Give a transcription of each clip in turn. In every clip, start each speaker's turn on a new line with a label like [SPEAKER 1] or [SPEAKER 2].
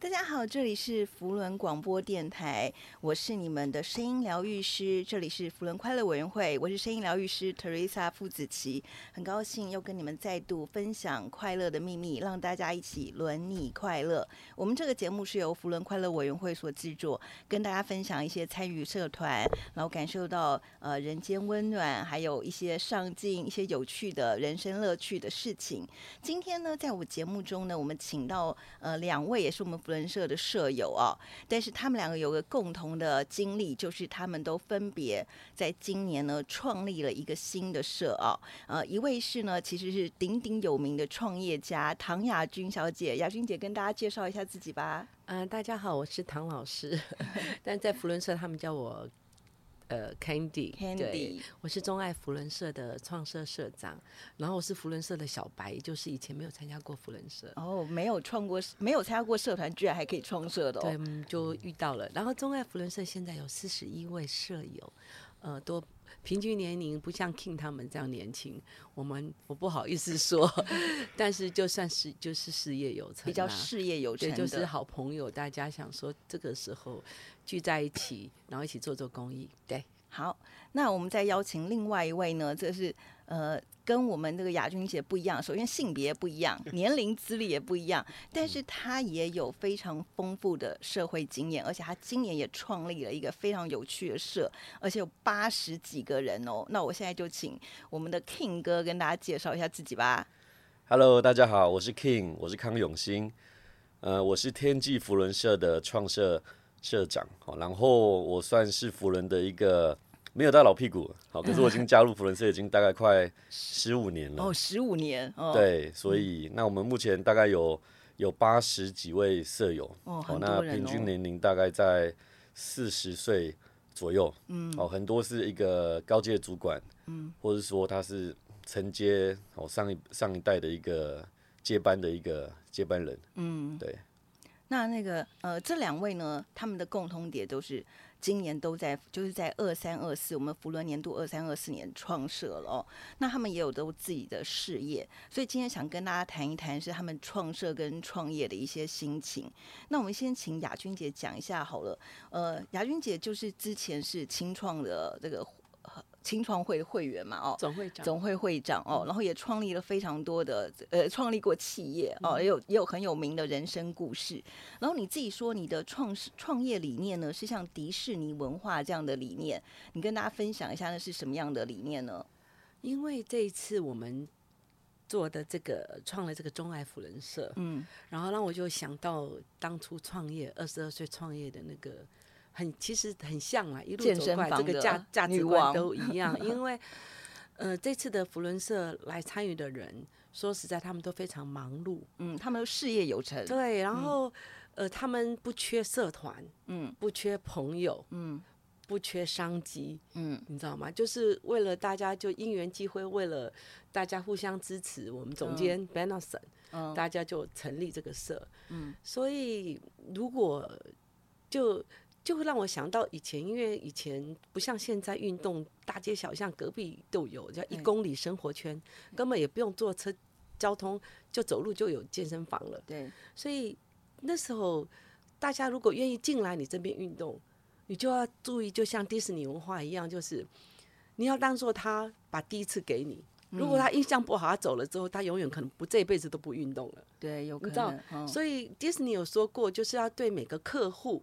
[SPEAKER 1] 大家好，这里是福伦广播电台，我是你们的声音疗愈师，这里是福伦快乐委员会，我是声音疗愈师 Teresa 傅子琪，很高兴又跟你们再度分享快乐的秘密，让大家一起轮你快乐。我们这个节目是由福伦快乐委员会所制作，跟大家分享一些参与社团，然后感受到呃人间温暖，还有一些上进、一些有趣的人生乐趣的事情。今天呢，在我节目中呢，我们请到呃两位也是我们福伦社的舍友哦，但是他们两个有个共同的经历，就是他们都分别在今年呢创立了一个新的社哦。呃，一位是呢其实是鼎鼎有名的创业家唐雅君小姐，雅君姐跟大家介绍一下自己吧。
[SPEAKER 2] 嗯、大家好，我是唐 老师，但在福伦社他们叫我呃 Candy，, 对
[SPEAKER 1] Candy，
[SPEAKER 2] 我是钟爱福伦社的创社社长，然后我是福伦社的小白，就是以前没有参加过福伦社，
[SPEAKER 1] 哦，没有创过，没有参加过社团，居然还可以创社的、哦，
[SPEAKER 2] 对，嗯就遇到了。然后钟爱福伦社现在有四十一位舍友，呃，多平均年龄不像 King 他们这样年轻，我们我不好意思说， 但是就算是就是事业有成、啊，
[SPEAKER 1] 比较事业有成
[SPEAKER 2] 对，
[SPEAKER 1] 的，
[SPEAKER 2] 就是好朋友，大家想说这个时候聚在一起，然后一起做做公益，对，
[SPEAKER 1] 好，那我们再邀请另外一位呢，这是呃，跟我们这个雅君姐不一样，首先性别不一样，年龄资历也不一样，但是她也有非常丰富的社会经验，而且她今年也创立了一个非常有趣的社，而且有八十几个人哦。那我现在就请我们的 King 哥跟大家介绍一下自己吧。
[SPEAKER 3] Hello，大家好，我是 King，我是康永兴，呃，我是天际福伦社的创社社长，好，然后我算是福伦的一个没有到老屁股，好，可是我已经加入福伦社已经大概快十五年了，
[SPEAKER 1] 哦，十五年哦，，
[SPEAKER 3] 对，所以那我们目前大概有有八十几位舍友，
[SPEAKER 1] 哦
[SPEAKER 3] 好
[SPEAKER 1] 很多
[SPEAKER 3] 那
[SPEAKER 1] 人
[SPEAKER 3] 平均
[SPEAKER 1] 哦
[SPEAKER 3] 年龄大概在四十岁左右，嗯，哦，很多是一个高阶主管，嗯，或者说他是承接哦上一上一代的一个接班的一个接班人，嗯，对，
[SPEAKER 1] 那那个呃，这两位呢，他们的共通点都是今年都在，就是在二三二四，我们福伦年度二三二四年创设了哦。那他们也有都自己的事业，所以今天想跟大家谈一谈是他们创设跟创业的一些心情。那我们先请雅君姐讲一下好了。呃，雅君姐就是之前是清创的这个呃清创会的会员嘛，哦，
[SPEAKER 2] 总会长
[SPEAKER 1] 总会会长哦，然后也创立了非常多的呃，创立过企业哦，也有也有很有名的人生故事。然后你自己说你的创始创业理念呢，是像迪士尼文化这样的理念，你跟大家分享一下那是什么样的理念呢？
[SPEAKER 2] 因为这一次我们做的这个创了这个钟爱福人社，
[SPEAKER 1] 嗯，
[SPEAKER 2] 然后让我就想到当初创业二十二岁创业的那个，很其实很像啊，一路
[SPEAKER 1] 健
[SPEAKER 2] 走
[SPEAKER 1] 身
[SPEAKER 2] 过来
[SPEAKER 1] 房
[SPEAKER 2] 这个
[SPEAKER 1] 的啊
[SPEAKER 2] 价价
[SPEAKER 1] 女
[SPEAKER 2] 值
[SPEAKER 1] 王
[SPEAKER 2] 观都 一样，因为呃这次的福伦社来参与的人，说实在他们都非常忙碌，
[SPEAKER 1] 嗯，他们都事业有成，
[SPEAKER 2] 对，然后、呃，他们不缺社团，
[SPEAKER 1] 嗯，
[SPEAKER 2] 不缺朋友，
[SPEAKER 1] 嗯，
[SPEAKER 2] 不缺商机，
[SPEAKER 1] 嗯，
[SPEAKER 2] 你知道吗？就是为了大家就因缘际会，为了大家互相支持，我们总监 Benison，、
[SPEAKER 1] 嗯
[SPEAKER 2] 大家就成立这个社，嗯，所以如果就。就会让我想到以前，因为以前不像现在运动，大街小巷隔壁都有，叫一
[SPEAKER 1] 对嗯
[SPEAKER 2] 公里生活圈，根本也不用坐车交通，就走路就有健身房了。
[SPEAKER 1] 对，
[SPEAKER 2] 所以那时候大家如果愿意进来你这边运动，你就要注意，就像迪士尼文化一样，就是你要当做他把第一次给你。如果他印象不好，他走了之后，他永远可能不这一辈子都不运动了。
[SPEAKER 1] 对，有可
[SPEAKER 2] 知道
[SPEAKER 1] 能，嗯
[SPEAKER 2] 所以迪士尼有说过，就是要对每个客户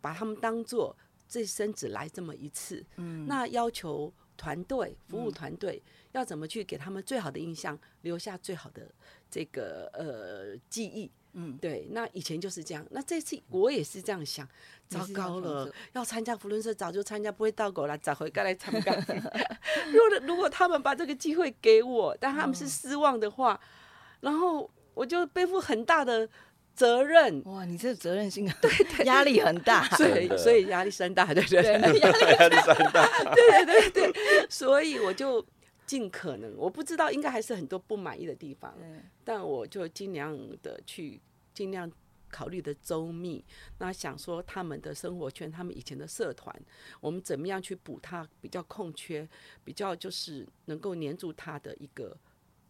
[SPEAKER 2] 把他们当做这一生只来这么一次。嗯，那要求团队服
[SPEAKER 1] 嗯
[SPEAKER 2] 务团队、要怎么去给他们最好的印象，留下最好的这个呃记忆。嗯，对，那以前就是这样，那这次我也是这样想，
[SPEAKER 1] 你
[SPEAKER 2] 糟
[SPEAKER 1] 是这样
[SPEAKER 2] 糕
[SPEAKER 1] 想
[SPEAKER 2] 了
[SPEAKER 1] 的，
[SPEAKER 2] 要参加福伦社早就参加，不会倒狗了，找回该来参加。 如果如果他们把这个机会给我，但他们
[SPEAKER 1] 嗯
[SPEAKER 2] 是失望的话，然后我就背负很大的责任，
[SPEAKER 1] 哇，你这责任心对压力很大，
[SPEAKER 2] 所
[SPEAKER 3] 嗯真
[SPEAKER 2] 以
[SPEAKER 3] 的
[SPEAKER 2] 所以压力山大，对不对？
[SPEAKER 1] 对，压力
[SPEAKER 3] 压力山大，
[SPEAKER 2] 所以我就尽可能，我不知道应该还是很多不满意的地方，但我就尽量的去尽量。考虑的周密，那想说他们的生活圈，他们以前的社团，我们怎么样去补他比较空缺，比较就是能够黏住他的一个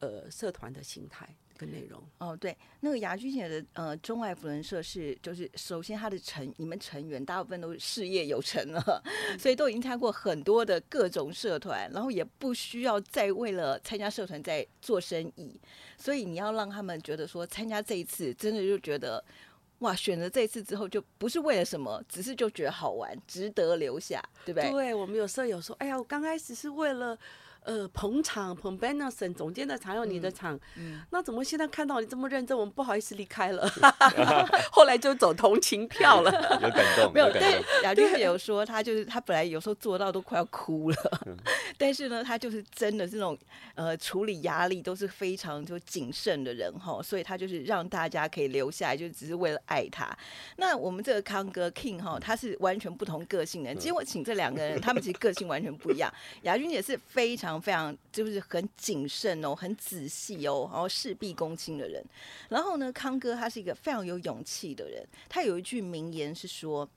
[SPEAKER 2] 呃社团的形态。跟内容。
[SPEAKER 1] 哦，对，那个雅居姐的呃中外辅仁社是，就是首先她的成你们成员大部分都是事业有成了，所以都已经参加过很多的各种社团，然后也不需要再为了参加社团在做生意，所以你要让他们觉得说参加这一次真的就觉得哇，选择这一次之后就不是为了什么，只是就觉得好玩，值得留下，对不对？
[SPEAKER 2] 对我们有舍友说，哎呀，我刚开始是为了。呃，捧场捧 Benson 总监的场有你的场，那怎么现在看到你这么认真，我们不好意思离开 了，后来就走同情票了。
[SPEAKER 3] 有感 动，
[SPEAKER 1] 没有，
[SPEAKER 3] 感
[SPEAKER 1] 但
[SPEAKER 3] 动。
[SPEAKER 1] 雅君姐有说，她就是她本来有时候做到都快要哭了， 但是呢，她就是真的这种呃处理压力都是非常就谨慎的人哈，所以她就是让大家可以留下来，就只是为了爱他。那我们这个康哥 King 哈，他是完全不同个性的人，结果请这两个人，他们其实个性完全不一样。雅君姐是非常非常就是很谨慎哦，很仔细哦，然后事必躬亲的人。然后呢，康哥他是一个非常有勇气的人，他有一句名言是说。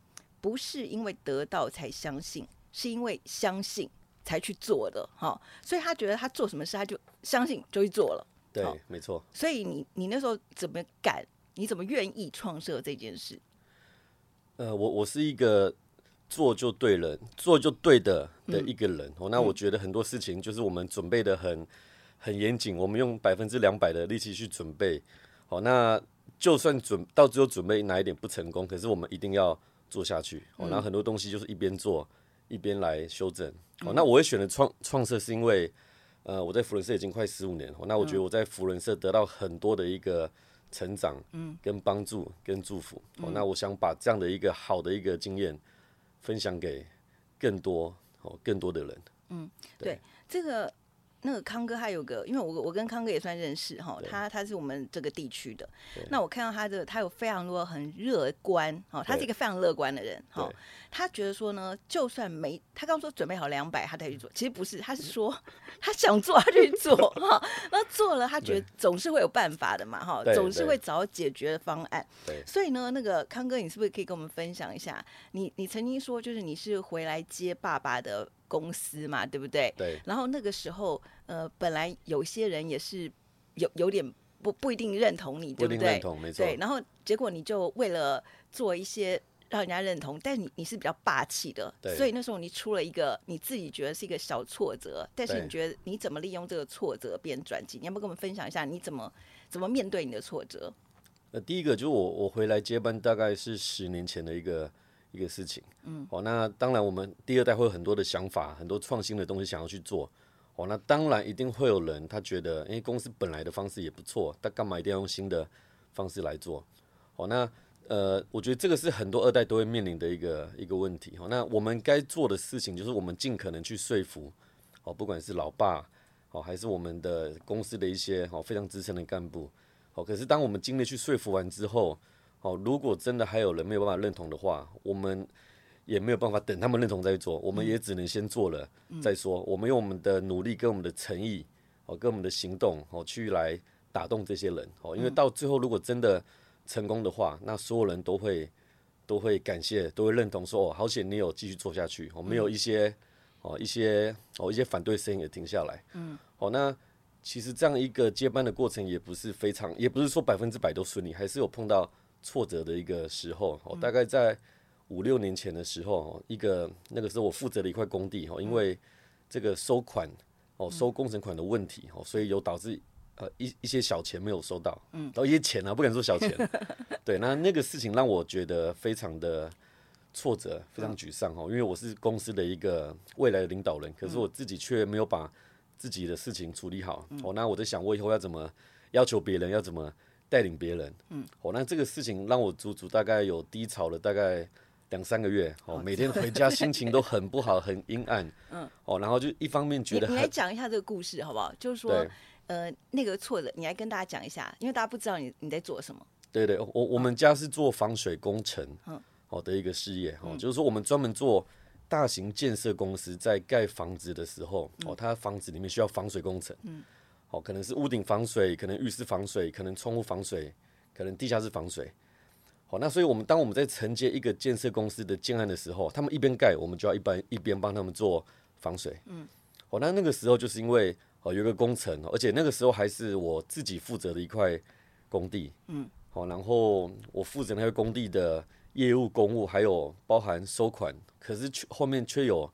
[SPEAKER 1] 不是因为得到才相信，是因为相信才去做的哈、所以他觉得他做什么事，他就相信就去做了。
[SPEAKER 3] 对
[SPEAKER 1] 好，
[SPEAKER 3] 没错。
[SPEAKER 1] 所以你你那时候怎么敢？你怎么愿意创设这件事？
[SPEAKER 3] 呃，我我是一个做就对了，做就对的的一个人。哦，那我觉得很多事情就是我们准备的很很严谨，我们用百分之两百的力气去准备。好，那就算准到最后准备哪一点不成功，可是我们一定要做下去。哦，然后很多东西就是一边做一边来修正。哦，那我会选择创创设是因为。呃，我在福伦社已经快十五年了，哦那我觉得我在福伦社得到很多的一个成长，嗯，跟帮助跟祝福、哦。那我想把这样的一个好的一个经验分享给更多哦更多的人。
[SPEAKER 1] 这个那个康哥他有个，因为我我跟康哥也算认识哈，他他是我们这个地区的。那我看到他的，他有非常多很乐观哦，他是一个非常乐观的人哈
[SPEAKER 3] 对。
[SPEAKER 1] 他觉得说呢，就算没他刚说准备好两百，他才去
[SPEAKER 3] 嗯
[SPEAKER 1] 做，其实不是，他是说他想做他就去 做哈。那做了，他觉得总是会有办法的嘛哈，
[SPEAKER 3] 对
[SPEAKER 1] 总是
[SPEAKER 3] 对
[SPEAKER 1] 会找到解决的方案。
[SPEAKER 3] 对
[SPEAKER 1] 所以呢，那个康哥，你是不是可以跟我们分享一下？你你曾经说就是你是回来接爸爸的公司嘛，对不对？
[SPEAKER 3] 对
[SPEAKER 1] 然后那个时候，呃，本来有些人也是有有点不不一定认同你，对
[SPEAKER 3] 不一定
[SPEAKER 1] 对？
[SPEAKER 3] 认同没错
[SPEAKER 1] 对，然后结果你就为了做一些让人家认同，但你你是比较霸气的，
[SPEAKER 3] 对
[SPEAKER 1] 所以那时候你出了一个你自己觉得是一个小挫折，但是
[SPEAKER 3] 对
[SPEAKER 1] 你觉得你怎么利用这个挫折变转机？你要不要跟我们分享一下你怎么怎么面对你的挫折？
[SPEAKER 3] 那第一个就是我我回来接班大概是十年前的一个一个事情，嗯，哦，那当然我们第二代会有很多的想法，很多创新的东西想要去做，哦，那当然一定会有人他觉得，诶，公司本来的方式也不错，但干嘛一定要用新的方式来做？哦，那呃，我觉得这个是很多二代都会面临的一个一个问题。哦，那我们该做的事情就是我们尽可能去说服，哦，不管是老爸，哦，还是我们的公司的一些哦非常资深的干部，好，哦可是当我们尽力去说服完之后，好，如果真的还有人没有办法认同的话，我们也没有办法等他们认同再做，我们也只能先做了、再说。我们用我们的努力跟我们的诚意，哦，跟我们的行动，哦，去来打动这些人，哦，因为到最后如果真的成功的话，那所有人都会都会感谢，都会认同说，哦，好险你有继续做下去，哦，没有一些。哦，一些哦，一些反对声音也停下来。嗯，哦，那其实这样一个接班的过程也不是非常，也不是说百分之百都顺利，还是有碰到挫折的一个时候。哦，大概在五六年前的时候，哦一个那个时候我负责的一块工地，哦，因为这个收款哦收工程款的问题，哦，所以有导致呃一一些小钱没有收到，嗯，然后一些钱啊，不敢说小钱， 对，那那个事情让我觉得非常的。挫折非常沮丧哦，因为我是公司的一个未来的领导人，可是我自己却没有把自己的事情处理好。哦，那我在想，我以后要怎么要求别人，要怎么带领别人。嗯，哦，那这个事情让我足足大概有低潮了大概两三个月。哦，每天回家心情都很不好，很阴暗。 嗯，哦，然后就一方面觉
[SPEAKER 1] 你
[SPEAKER 3] 得
[SPEAKER 1] 你来
[SPEAKER 3] 很
[SPEAKER 1] 讲一下这个故事好不好？就是说
[SPEAKER 3] 对，
[SPEAKER 1] 呃，那个挫折，你来跟大家讲一下，因为大家不知道你你在做什么。
[SPEAKER 3] 对对，我我们家是做防水工程，哦的一个事业哦，就是说我们专门做大型建设公司在盖房子的时候，哦，它房子里面需要防水工程，嗯，哦，可能是屋顶防水，可能浴室防水，可能窗户防水，可能地下室防水。好，那所以我们当我们在承接一个建设公司的建案的时候，他们一边盖，我们就要一边一边帮他们做防水。嗯，哦，那那个时候就是因为哦，有一个工程，而且那个时候还是我自己负责的一块工地，嗯，好，然后我负责那个工地的业务、公务，还有包含收款，可是却后面却有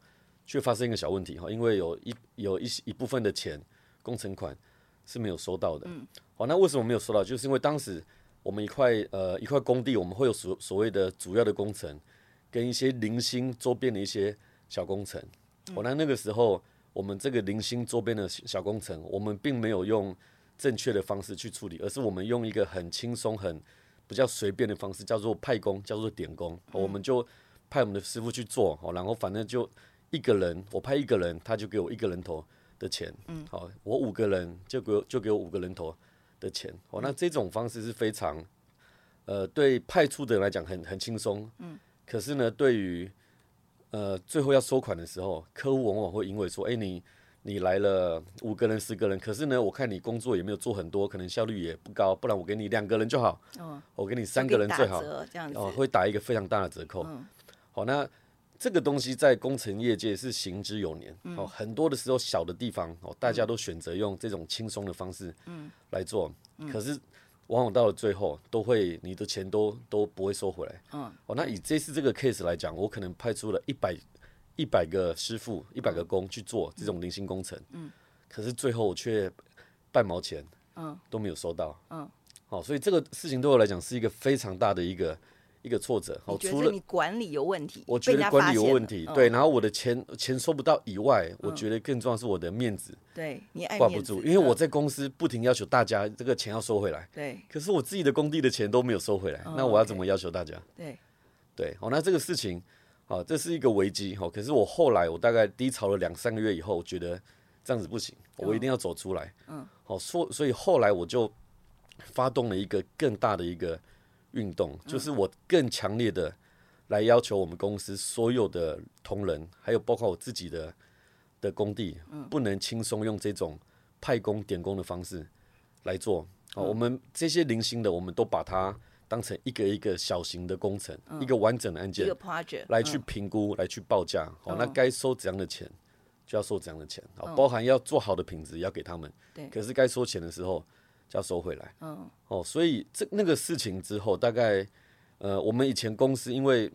[SPEAKER 3] 却发生一个小问题哈，因为有一有一些一部分的钱工程款是没有收到的，嗯，好，那为什么没有收到？就是因为当时我们一块呃一块工地，我们会有所所谓的主要的工程跟一些零星周边的一些小工程，我、那那个时候。我们这个零星周边的小工程，我们并没有用正确的方式去处理，而是我们用一个很轻松、很比较随便的方式，叫做派工，叫做点工。哦我们就派我们的师傅去做，哦，然后反正就一个人，我派一个人，他就给我一个人头的钱。嗯，好、我五个人就给我就给我五个人头的钱。
[SPEAKER 1] 嗯
[SPEAKER 3] 哦，那这种方式是非常，呃，对派出的人来讲很很轻松。嗯，可是呢，对于呃，最后要收款的时候，客户往往会因为说，哎、你你来了五个人、十个人，可是呢，我看你工作也没有做很多，可能效率也不高，不然我给你两个人就好，
[SPEAKER 1] 哦
[SPEAKER 3] 我给你三个人最好
[SPEAKER 1] 就给，打折这样子。嗯
[SPEAKER 3] 哦，会打一个非常大的折扣。好，那这个东西在工程业界是行之有年。
[SPEAKER 1] 嗯
[SPEAKER 3] 哦，很多的时候小的地方哦，大家都选择用这种轻松的方式
[SPEAKER 1] 嗯
[SPEAKER 3] 来做，可是往往到了最后都会你的钱都都不会收回来。
[SPEAKER 1] 嗯，
[SPEAKER 3] 哦，那以这次这个 case 来讲，我可能派出了一百一百个师傅、一百个
[SPEAKER 1] 嗯
[SPEAKER 3] 工去做这种零星工程，嗯，可是最后我却半毛钱，嗯，都没有收到，嗯，好、所以这个事情对我来讲是一个非常大的一个一个挫折。好、
[SPEAKER 1] 你觉
[SPEAKER 3] 除
[SPEAKER 1] 得
[SPEAKER 3] 了
[SPEAKER 1] 你管理有问题，
[SPEAKER 3] 我
[SPEAKER 1] 被
[SPEAKER 3] 觉
[SPEAKER 1] 人
[SPEAKER 3] 得
[SPEAKER 1] 家
[SPEAKER 3] 管
[SPEAKER 1] 发
[SPEAKER 3] 理有
[SPEAKER 1] 现
[SPEAKER 3] 问
[SPEAKER 1] 了
[SPEAKER 3] 题，
[SPEAKER 1] 嗯
[SPEAKER 3] 对，然后我的钱钱收不到以外，我觉得更重要是我的面子
[SPEAKER 1] 对，你爱
[SPEAKER 3] 挂不
[SPEAKER 1] 面
[SPEAKER 3] 住，
[SPEAKER 1] 子
[SPEAKER 3] 因为我
[SPEAKER 1] 嗯
[SPEAKER 3] 在公司不停要求大家这个钱要收回来，
[SPEAKER 1] 对
[SPEAKER 3] 可是我自己的工地的钱都没有收回
[SPEAKER 1] 哦
[SPEAKER 3] 来，那我要怎么要求大家？
[SPEAKER 1] 对
[SPEAKER 3] 对，好、那这个事情，好、哦这是一个危机，哦好、可是我后来我大概低潮了两三个月以后，我觉得这样子不行，我一定要走出来，嗯，好、所所以后来我就发动了一个更大的一个运动，就是
[SPEAKER 1] 嗯
[SPEAKER 3] 我更强烈的来要求我们公司所有的同仁，还有包括我自己的的工地，
[SPEAKER 1] 嗯
[SPEAKER 3] 不能轻松用这种派工点工的方式来做。哦，
[SPEAKER 1] 嗯
[SPEAKER 3] 我们这些零星的，我们都把它当成一个一个小型的工程，一个完整的案
[SPEAKER 1] 嗯一
[SPEAKER 3] 件
[SPEAKER 1] 个 project
[SPEAKER 3] 来去评估，来去报价。哦，那该收怎样的钱，就要收怎样的钱。哦，包含要做好的品质，要给他们。
[SPEAKER 1] 嗯对
[SPEAKER 3] 可是该收钱的时候，就要收回来。
[SPEAKER 1] 嗯
[SPEAKER 3] 哦，所以这那个事情之后，大概呃，我们以前公司因为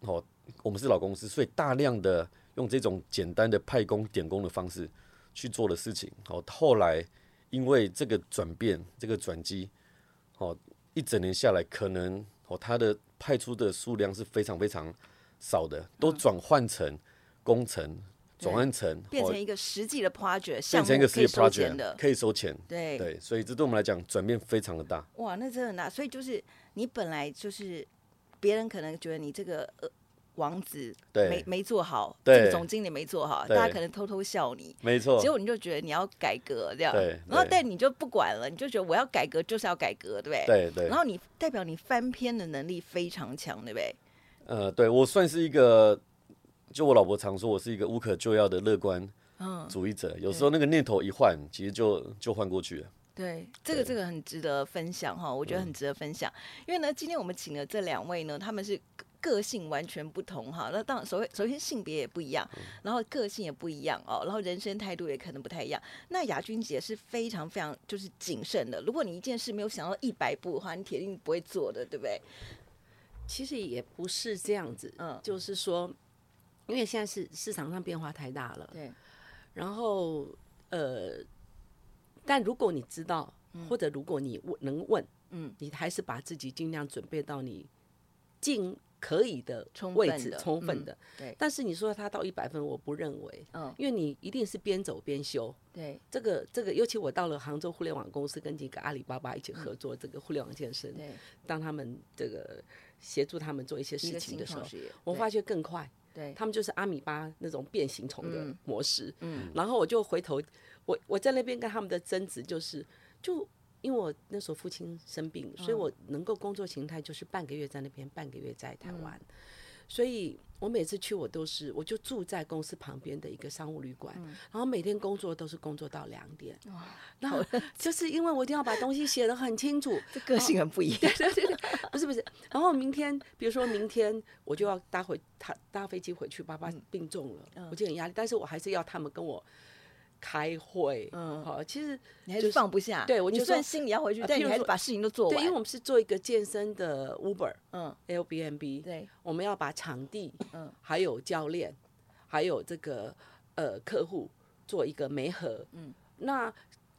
[SPEAKER 3] 哦，我们是老公司，所以大量的用这种简单的派工点工的方式去做的事情。哦，后来因为这个转变，这个转机，哦，一整年下来，可能哦，它的派出的数量是非常非常少的，都
[SPEAKER 1] 嗯
[SPEAKER 3] 转换成工程，转换成
[SPEAKER 1] 变成
[SPEAKER 3] 哦
[SPEAKER 1] 一个实际的 project 项
[SPEAKER 3] 变
[SPEAKER 1] 目，
[SPEAKER 3] 成一个
[SPEAKER 1] 可以
[SPEAKER 3] C
[SPEAKER 1] 收钱
[SPEAKER 3] project，
[SPEAKER 1] 的。
[SPEAKER 3] 可以收钱。
[SPEAKER 1] 对
[SPEAKER 3] 对，所以这对我们来讲转变非常的大。
[SPEAKER 1] 哇，那真的很大。所以就是你本来就是别人可能觉得你这个呃王子
[SPEAKER 3] 对
[SPEAKER 1] 没没做好，
[SPEAKER 3] 对
[SPEAKER 1] 这个总经理没做好，
[SPEAKER 3] 对
[SPEAKER 1] 大家可能偷偷笑你。
[SPEAKER 3] 没错，
[SPEAKER 1] 结果你就觉得你要改革这样
[SPEAKER 3] 对，
[SPEAKER 1] 然后
[SPEAKER 3] 对
[SPEAKER 1] 但你就不管了，你就觉得我要改革就是要改革，对不对？
[SPEAKER 3] 对对
[SPEAKER 1] 然，后你代表你翻篇的能力非常强，对不对？
[SPEAKER 3] 呃，对我算是一个，就我老婆常说我是一个无可救药的乐观
[SPEAKER 1] 嗯，
[SPEAKER 3] 主义者，有时候那个念头一换，其实就就换过去了。
[SPEAKER 1] 对，这个
[SPEAKER 3] 对
[SPEAKER 1] 这个很值得分享哈，我觉得
[SPEAKER 2] 嗯
[SPEAKER 1] 很值得分享，因为呢，今天我们请的这两位呢，他们是个个性完全不同哈，那当然首首先性别也不一样，
[SPEAKER 2] 嗯
[SPEAKER 1] 然后个性也不一样哦，然后人生态度也可能不太一样。那雅君姐是非常非常就是谨慎的，如果你一件事没有想到一百步的话，你铁定不会做的，对不对？
[SPEAKER 2] 其实也不是这样子，
[SPEAKER 1] 嗯
[SPEAKER 2] 就是说，因为现在市市场上变化太大了，
[SPEAKER 1] 对，
[SPEAKER 2] 然后呃，但如果你知道，或者如果你问能问，
[SPEAKER 1] 嗯，
[SPEAKER 2] 你还是把自己尽量准备到你尽可以的
[SPEAKER 1] 充
[SPEAKER 2] 位
[SPEAKER 1] 分
[SPEAKER 2] 置
[SPEAKER 1] 的，
[SPEAKER 2] 充分
[SPEAKER 1] 嗯
[SPEAKER 2] 的。
[SPEAKER 1] 对
[SPEAKER 2] 但是你说他到一百分，我不认为，
[SPEAKER 1] 嗯，
[SPEAKER 2] 因为你一定是边走边修。
[SPEAKER 1] 对，
[SPEAKER 2] 这个这个，尤其我到了杭州互联网公司，跟几个阿里巴巴一起合作这个互联网健身，
[SPEAKER 1] 嗯对，
[SPEAKER 2] 当他们这个协助他们做一些
[SPEAKER 1] 一
[SPEAKER 2] 事
[SPEAKER 1] 个
[SPEAKER 2] 情
[SPEAKER 1] 新
[SPEAKER 2] 的时候
[SPEAKER 1] 创，事业，
[SPEAKER 2] 我
[SPEAKER 1] 对
[SPEAKER 2] 发觉更快，
[SPEAKER 1] 对，
[SPEAKER 2] 他们就是阿米巴那种变形虫的
[SPEAKER 1] 嗯
[SPEAKER 2] 模式。
[SPEAKER 1] 嗯
[SPEAKER 2] 然后我就回头，我我在那边跟他们的争执就是，就因为我那时候父亲生病，
[SPEAKER 1] 嗯
[SPEAKER 2] 所以我能够工作形态就是半个月在那边，半个月在
[SPEAKER 1] 嗯
[SPEAKER 2] 台湾，所以我每次去我都是我就住在公司旁边的一个商务旅
[SPEAKER 1] 嗯
[SPEAKER 2] 馆，然后每天工作都是工作到两点，那就是因为我一定要把东西写得很清楚，
[SPEAKER 1] 这个性很不一
[SPEAKER 2] 哦
[SPEAKER 1] 样，
[SPEAKER 2] 不是不是，然后明天，比如说明天我就要搭嗯回他搭飞机回去，爸爸病重了，我就很压力，但是我还是要他们跟我开会，
[SPEAKER 1] 嗯
[SPEAKER 2] 好，其实
[SPEAKER 1] 你还
[SPEAKER 2] 就是是
[SPEAKER 1] 放不下。
[SPEAKER 2] 对我
[SPEAKER 1] 你
[SPEAKER 2] 就
[SPEAKER 1] 虽然
[SPEAKER 2] 说
[SPEAKER 1] 心里要回去，
[SPEAKER 2] 呃
[SPEAKER 1] 但
[SPEAKER 2] 譬
[SPEAKER 1] 你
[SPEAKER 2] 如
[SPEAKER 1] 还是
[SPEAKER 2] 说
[SPEAKER 1] 把事情都做
[SPEAKER 2] 对，因为我
[SPEAKER 1] 完。
[SPEAKER 2] 们是做一个健身的 Uber、
[SPEAKER 1] 嗯，
[SPEAKER 2] Airbnb，
[SPEAKER 1] 对，
[SPEAKER 2] 我们要把场地，
[SPEAKER 1] 嗯
[SPEAKER 2] 嗯，还有教练，还有这个呃客户做一个媒合，嗯，那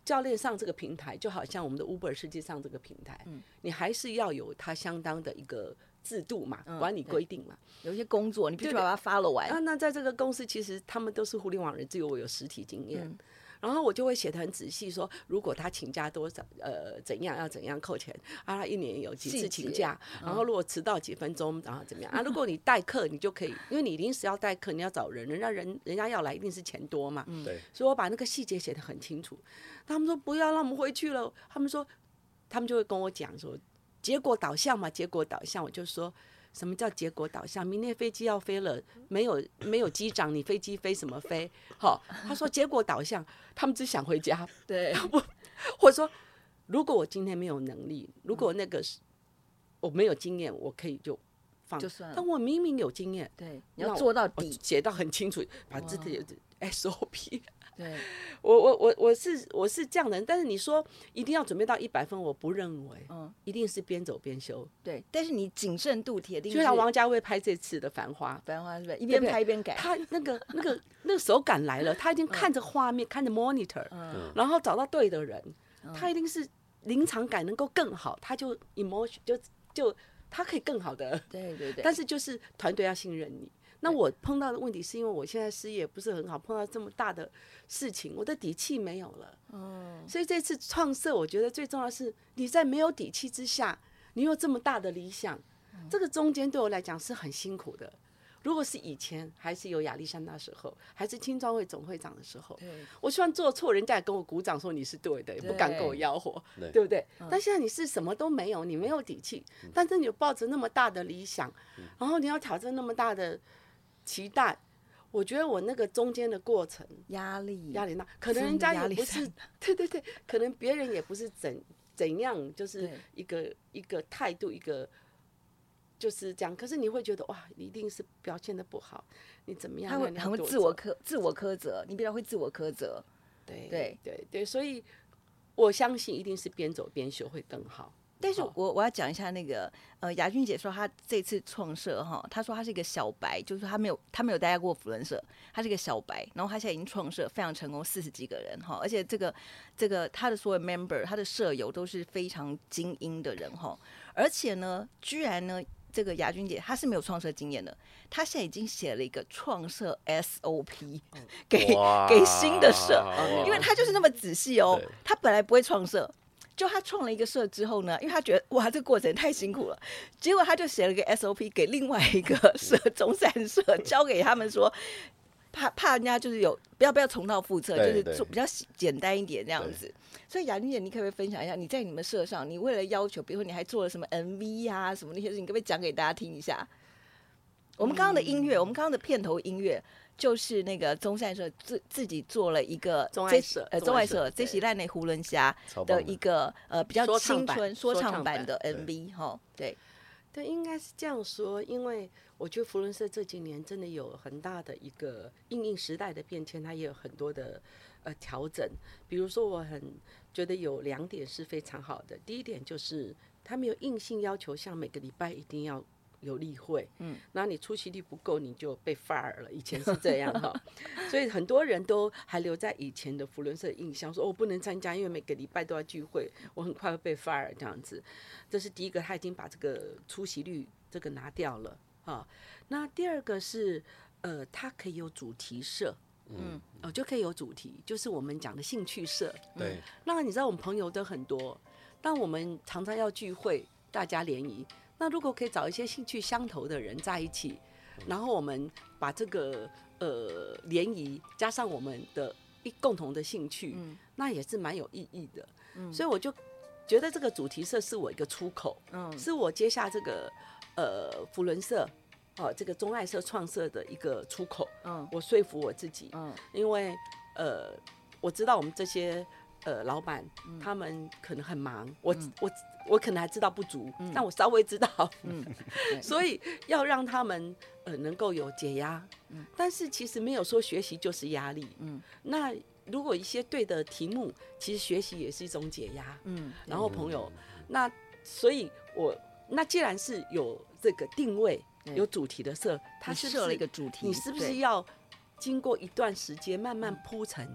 [SPEAKER 2] 教练上这个平台，就好像我们的 Uber 世界上这个平台，嗯，你还是要有它相当的一个制度嘛，管理
[SPEAKER 1] 对
[SPEAKER 2] 规定嘛。
[SPEAKER 1] 有一些工作你必须
[SPEAKER 2] 对
[SPEAKER 1] 把它发了完
[SPEAKER 2] 啊，。那在这个公司，其实他们都是互联网人，只有我有实体经验。
[SPEAKER 1] 嗯
[SPEAKER 2] 然后我就会写的很仔细说，如果他请假多少，呃，怎样要怎样扣钱啊？他一年有几
[SPEAKER 1] 细
[SPEAKER 2] 次请
[SPEAKER 1] 节嗯
[SPEAKER 2] 假？然后如果迟到几分钟，然后怎么样啊？如 果你代课，你就可以，因为你临时要代课，你要找人，人家人人家要来，一定是钱多嘛。
[SPEAKER 1] 嗯
[SPEAKER 3] 对，
[SPEAKER 2] 所以我把那个细节写得很清楚。他们说不要，让我们回去了。他们说，他们就会跟我讲说，结果导向嘛，结果导向。我就说，什么叫结果导向？明天飞机要飞了，没有没有机长，你飞机飞什么飞？好、他说结果导向，他们只想回家。
[SPEAKER 1] 对，
[SPEAKER 2] 或者说，如果我今天没有能力，如果那个是我没有经验，我可以就放
[SPEAKER 1] 就算了
[SPEAKER 2] 但我明明有经验，
[SPEAKER 1] 对，你要
[SPEAKER 2] 那我
[SPEAKER 1] 做到
[SPEAKER 2] 我
[SPEAKER 1] 底。
[SPEAKER 2] 写到很清楚，把自己的 SOP
[SPEAKER 1] 对，
[SPEAKER 2] 我我我我是我是这样的人，但是你说一定要准备到一百分，我不认为，
[SPEAKER 1] 嗯
[SPEAKER 2] 一定是边走边修。
[SPEAKER 1] 对，但是你谨慎度铁定
[SPEAKER 2] 就是像王家卫拍这次的《繁花
[SPEAKER 1] 繁花是不是一
[SPEAKER 2] 对
[SPEAKER 1] 边
[SPEAKER 2] 不对
[SPEAKER 1] 拍一边改？》，
[SPEAKER 2] 他那个那个那个手感来了，他
[SPEAKER 1] 嗯
[SPEAKER 2] 已经看着画面，看着 monitor，、然后找到对的人，
[SPEAKER 1] 嗯
[SPEAKER 2] 他一定是临场感能够更好，他就 emotion 就就他可以更好的，
[SPEAKER 1] 对 对对，
[SPEAKER 2] 但是就是团队要信任你。那我碰到的问题是因为我现在事业不是很好，碰到这么大的事情，我的底气没有了。
[SPEAKER 1] 嗯，
[SPEAKER 2] 所以这次创社，我觉得最重要的是你在没有底气之下，你有这么大的理想，这个中间对我来讲是很辛苦的。如果是以前，还是有亚历山大时候，还是青庄会总会长的时候，
[SPEAKER 1] 对
[SPEAKER 2] 我虽然做错，人家也跟我鼓掌说你是对的，也不敢
[SPEAKER 1] 对嗯
[SPEAKER 2] 跟我吆喝，
[SPEAKER 3] 对
[SPEAKER 2] 对不对？但现在你是什么都没有，你没有底气，但是你有抱着那么大的理想，
[SPEAKER 1] 嗯
[SPEAKER 2] 然后你要挑战那么大的期待，我觉得我那个中间的过程，
[SPEAKER 1] 压力
[SPEAKER 2] 压力大，可能
[SPEAKER 1] 真
[SPEAKER 2] 人
[SPEAKER 1] 的
[SPEAKER 2] 家
[SPEAKER 1] 压力
[SPEAKER 2] 也不
[SPEAKER 1] 山
[SPEAKER 2] 是， 对对对，可能别人也不是怎怎样，就是
[SPEAKER 1] 对
[SPEAKER 2] 一个一个态度，一个就是这样。可是你会觉得哇，你一定是表现的不好，你怎么样？
[SPEAKER 1] 他
[SPEAKER 2] 那
[SPEAKER 1] 会
[SPEAKER 2] 你要
[SPEAKER 1] 很会
[SPEAKER 2] 多
[SPEAKER 1] 自我
[SPEAKER 2] 走
[SPEAKER 1] 苛自我苛责，你比较会自我苛责。
[SPEAKER 2] 对
[SPEAKER 1] 对
[SPEAKER 2] 对对，所以我相信一定是边走边学会更好。
[SPEAKER 1] 但是
[SPEAKER 2] 好
[SPEAKER 1] 我我要讲一下那个呃，雅君姐说她这次创社哈，她说她是一个小白，就是她没有她没有待在过福伦社，她是一个小白，然后她现在已经创社非常成功，四十几个人哈，而且这个这个她的所有 member，她的舍友都是非常精英的人哈，而且呢，居然呢。这个雅君姐她是没有创社经验的，她现在已经写了一个创社 SOP 给
[SPEAKER 3] 哇
[SPEAKER 1] 给新的社，
[SPEAKER 3] 哇
[SPEAKER 1] 因为他就是那么仔细哦
[SPEAKER 3] 哦对。
[SPEAKER 1] 他本来不会创社，就他创了一个社之后呢，因为他觉得哇，这个过程太辛苦了，结果他就写了个 SOP 给另外一个社中山社，交给他们说。怕怕人家就是有不要不要重蹈覆辙，就
[SPEAKER 3] 对
[SPEAKER 1] 是
[SPEAKER 3] 对
[SPEAKER 1] 做比较简单一点这样子。所以雅玲姐，你可不可以分享一下你在你们社上，你为了要求，比如说你还做了什么 MV 啊什么那些事情，可不可以讲给大家听一下？我们刚刚的音乐，我们刚刚的片头音乐就是那个中山社自自己做了一个
[SPEAKER 2] 中爱
[SPEAKER 1] 这
[SPEAKER 2] 社
[SPEAKER 1] 呃
[SPEAKER 2] 中
[SPEAKER 1] 中
[SPEAKER 2] 爱
[SPEAKER 1] 爱
[SPEAKER 2] 社
[SPEAKER 1] 社这
[SPEAKER 2] 对
[SPEAKER 1] 喜烂内囫囵侠
[SPEAKER 3] 超棒
[SPEAKER 1] 的
[SPEAKER 3] 的
[SPEAKER 1] 一个呃比较
[SPEAKER 2] 说唱
[SPEAKER 1] 青
[SPEAKER 2] 版
[SPEAKER 1] 春说
[SPEAKER 2] 说
[SPEAKER 1] 唱
[SPEAKER 2] 唱
[SPEAKER 1] 版
[SPEAKER 2] 版
[SPEAKER 1] 的 MV 哈，对，
[SPEAKER 2] 对，应该是这样说，因为我觉得福伦社这几年真的有很大的一个应应时代的变迁，它也有很多的呃调整。比如说，我很觉得有两点是非常好的，第一点就是它没有硬性要求，像每个礼拜一定要。有例会，嗯，然后你出席率不够，你就被 fire 了。以前是这样哈，所以很多人都还留在以前的福伦社的印象，说哦、我不能参加，因为每个礼拜都要聚会，我很快会被 fire 这样子。这是第一个，他已经把这个出席率这个拿掉了啊。那第二个是，呃，它可以有主题社，嗯，哦，就可以有主题，就是我们讲的兴趣社。
[SPEAKER 3] 对
[SPEAKER 2] 那你知道我们朋友都很多，但我们常常要聚会，大家联谊。那如果可以找一些兴趣相投的人在一起，然后我们把这个呃联谊加上我们的一共同的兴趣，
[SPEAKER 1] 嗯
[SPEAKER 2] 那也是蛮有意义的。所以我就觉得这个主题社是我一个出口，
[SPEAKER 1] 嗯
[SPEAKER 2] 是我接下这个呃福伦社。哦，这个中爱社创社的一个出口，
[SPEAKER 1] 嗯
[SPEAKER 2] 我说服我自己，
[SPEAKER 1] 嗯
[SPEAKER 2] 因为呃，我知道我们这些呃老板、
[SPEAKER 1] 嗯
[SPEAKER 2] 他们可能很忙，我、我我可能还知道不足，但我稍微知道，
[SPEAKER 1] 嗯
[SPEAKER 2] 所以要让他们
[SPEAKER 1] 嗯
[SPEAKER 2] 呃能够有解压，但是其实没有说学习就是压力，那如果一些对的题目，其实学习也是一种解压。
[SPEAKER 1] 嗯，
[SPEAKER 2] 然后朋友，那所以我那既然是有这个定位、
[SPEAKER 1] 对
[SPEAKER 2] 有主题的设，它
[SPEAKER 1] 他
[SPEAKER 2] 是不
[SPEAKER 1] 设了
[SPEAKER 2] 是
[SPEAKER 1] 一个主题，
[SPEAKER 2] 你是不是
[SPEAKER 1] 对嗯
[SPEAKER 2] 要经过一段时间慢慢铺陈，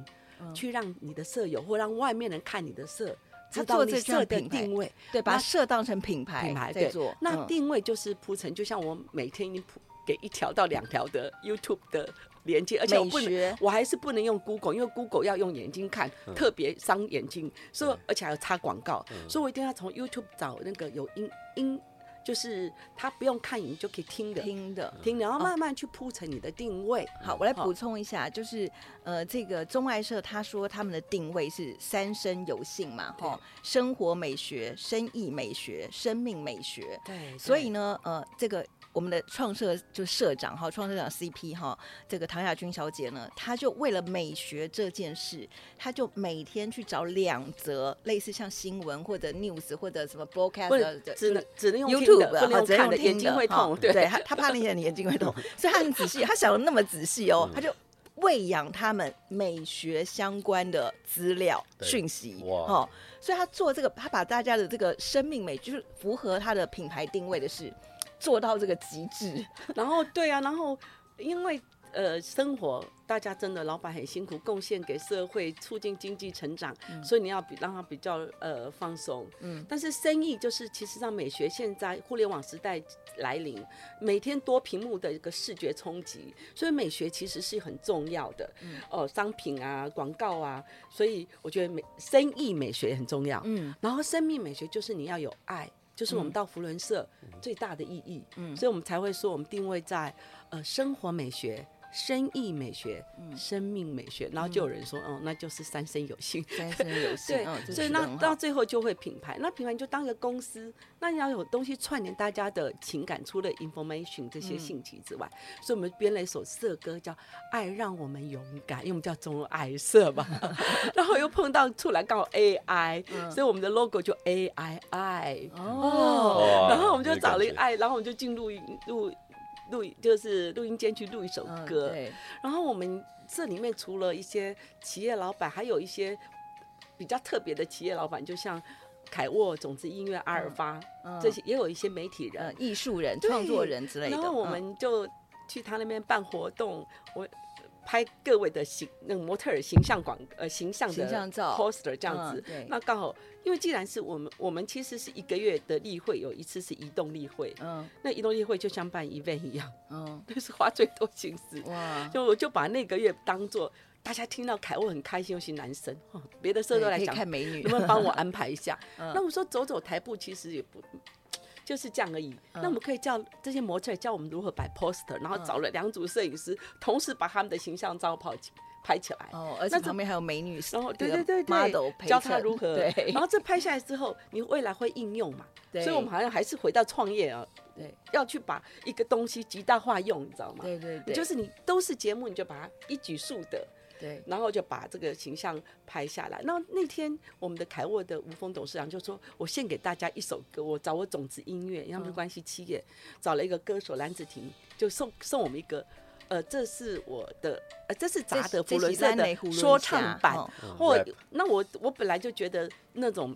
[SPEAKER 2] 去让你的舍友或让外面人看你的舍，
[SPEAKER 1] 他
[SPEAKER 2] 知道
[SPEAKER 1] 做
[SPEAKER 2] 你
[SPEAKER 1] 这
[SPEAKER 2] 舍
[SPEAKER 1] 项
[SPEAKER 2] 的
[SPEAKER 1] 品牌
[SPEAKER 2] 定位
[SPEAKER 1] 对把它
[SPEAKER 2] 那
[SPEAKER 1] 设当成品牌
[SPEAKER 2] 品牌
[SPEAKER 1] 在
[SPEAKER 2] 对
[SPEAKER 1] 做？
[SPEAKER 2] 那
[SPEAKER 1] 嗯
[SPEAKER 2] 定位就是铺陈，就像我每天已经铺给一条到两条的 YouTube 的连接，而且我
[SPEAKER 1] 美
[SPEAKER 2] 不
[SPEAKER 1] 学
[SPEAKER 2] 能，我还是不能用 Google，因为 Google 要用眼睛看，特别伤眼睛，所以而且还要插广告，所以我一定要从 YouTube 找那个有音音，就是他不用看影就可以听的。
[SPEAKER 1] 听的。
[SPEAKER 2] 听，然后慢慢去铺陈你的定位。
[SPEAKER 1] 好，我来
[SPEAKER 2] 嗯好
[SPEAKER 1] 补充一下，就是呃，这个中外社他说他们的定位是三生有幸嘛，哈，生活美学、生意美学、生命美学。
[SPEAKER 2] 对，
[SPEAKER 1] 所以
[SPEAKER 2] 呢，
[SPEAKER 1] 呢，呃，这个我们的创社就社长哈，创社长 CP 哈，这个唐雅君小姐呢，她就为了美学这件事，她就每天去找两则类似像新闻或者 news 或者什么 broadcast
[SPEAKER 2] 不
[SPEAKER 1] 的
[SPEAKER 2] 能只能只能用听
[SPEAKER 1] YouTube 啊
[SPEAKER 2] 的，不能
[SPEAKER 1] 哈
[SPEAKER 2] 用
[SPEAKER 1] 只能
[SPEAKER 2] 看
[SPEAKER 1] 用
[SPEAKER 2] 的，
[SPEAKER 1] 听哦
[SPEAKER 2] 眼睛会
[SPEAKER 1] 哈
[SPEAKER 2] 痛。
[SPEAKER 1] 对，嗯他他怕那些人眼睛会痛，所以他很仔细，他想的那么仔细
[SPEAKER 3] 嗯
[SPEAKER 1] 哦，他就喂养他们美学相关的资料
[SPEAKER 3] 对
[SPEAKER 1] 讯息
[SPEAKER 3] 哇
[SPEAKER 1] 哦，所以他做这个，他把大家的这个生命美，就是符合他的品牌定位的事。做到这个极致，
[SPEAKER 2] 然后对啊，然后因为呃，生活大家真的老板很辛苦，贡献给社会，促进经济成长，所以你要比让他比较呃放松。嗯，但是生意就是其实让美学现在互联网时代来临，每天多屏幕的一个视觉冲击，所以美学其实是很重要的。嗯，哦、商品啊，广告啊，所以我觉得美生意美学很重要。
[SPEAKER 1] 嗯，
[SPEAKER 2] 然后生命美学就是你要有爱，就是我们到福伦社最大的意义。嗯，所以我们才会说我们定位在呃生活美学。生意美学、生命美学，然后就有人说，哦，那就是三生有 幸。
[SPEAKER 1] 三生有幸
[SPEAKER 2] 对，
[SPEAKER 1] 嗯，
[SPEAKER 2] 所以那到最后就会品牌，那品牌就当一个公司，那你要有东西串联大家的情感，除了 information 这些信息之外，所以我们编了一首社歌叫《爱让我们勇敢》，因为我们叫中文爱社吧。然后又碰到出来刚好 AI，、所以我们的 logo 就 AI 爱
[SPEAKER 1] 哦，
[SPEAKER 2] 嗯
[SPEAKER 3] 哇
[SPEAKER 2] 然后我们就
[SPEAKER 3] 有
[SPEAKER 2] 找了一
[SPEAKER 3] 感觉嗯
[SPEAKER 2] 爱，然后我们就进录音录录就是录音间去录一首
[SPEAKER 1] 嗯
[SPEAKER 2] 歌。
[SPEAKER 1] 对
[SPEAKER 2] 然后我们这里面除了一些企业老板，还有一些比较特别的企业老板，就像凯沃、种子音乐、阿尔发、这些，也有一些媒体人
[SPEAKER 1] 嗯呃，。艺术人、
[SPEAKER 2] 对
[SPEAKER 1] 创作人之类的。
[SPEAKER 2] 然后我
[SPEAKER 1] 嗯
[SPEAKER 2] 们就去他那边办活动，我拍各位的形那个模特儿形象广呃形象的
[SPEAKER 1] 形象照
[SPEAKER 2] poster 这样子。
[SPEAKER 1] 嗯对
[SPEAKER 2] 那刚好，因为既然是我们我们其实是一个月的例会，有一次是移动例会，
[SPEAKER 1] 嗯
[SPEAKER 2] 那移动例会就像办 event 一样，
[SPEAKER 1] 嗯，
[SPEAKER 2] 那是花最多心思。
[SPEAKER 1] 哇，
[SPEAKER 2] 就我就把那个月当做大家听到凯沃很开心，尤其男生，哦别的社都
[SPEAKER 1] 对
[SPEAKER 2] 来
[SPEAKER 1] 可以
[SPEAKER 2] 讲，
[SPEAKER 1] 看嗯美 女，
[SPEAKER 2] 能不能帮我安排一下？那我说走走台步其实也不。就是这样而已。
[SPEAKER 1] 嗯
[SPEAKER 2] 那我们可以叫这些模特儿教我们如何摆 poster，然后找了两组摄影师，同时把他们的形象照跑起拍起来。
[SPEAKER 1] 哦，而且
[SPEAKER 2] 那这
[SPEAKER 1] 旁边还有美女，
[SPEAKER 2] 然后
[SPEAKER 1] 这
[SPEAKER 2] 对
[SPEAKER 1] 个
[SPEAKER 2] 对对对
[SPEAKER 1] model 陪
[SPEAKER 2] 教他
[SPEAKER 1] 衬
[SPEAKER 2] 如何。
[SPEAKER 1] 对，
[SPEAKER 2] 然后这拍下来之后，你未来会应用嘛？
[SPEAKER 1] 对
[SPEAKER 2] 所以我们好像还是回到创业啊，
[SPEAKER 1] 对
[SPEAKER 2] 要去把一个东西极大化用，你知道吗？
[SPEAKER 1] 对对对，
[SPEAKER 2] 就是你都是节目，你就把它一举数得。
[SPEAKER 1] 对，
[SPEAKER 2] 然后就把这个形象拍下来。那那天我们的凯沃的吴峰董事长就说：“我献给大家一首歌，我找我种子音乐，因为他们是关系企业，找了一个歌手蓝子婷，就送送我们一个。”呃，这是我的，呃，这是
[SPEAKER 1] 这
[SPEAKER 2] 扎德
[SPEAKER 1] 嗯这
[SPEAKER 2] 福伦
[SPEAKER 1] 是
[SPEAKER 2] 社
[SPEAKER 1] 蓝莓
[SPEAKER 2] 的
[SPEAKER 1] 胡伦
[SPEAKER 2] 说
[SPEAKER 1] 侠
[SPEAKER 2] 唱版。
[SPEAKER 1] 哦
[SPEAKER 3] 嗯
[SPEAKER 2] 啊或
[SPEAKER 3] rap
[SPEAKER 2] 那我我本来就觉得那种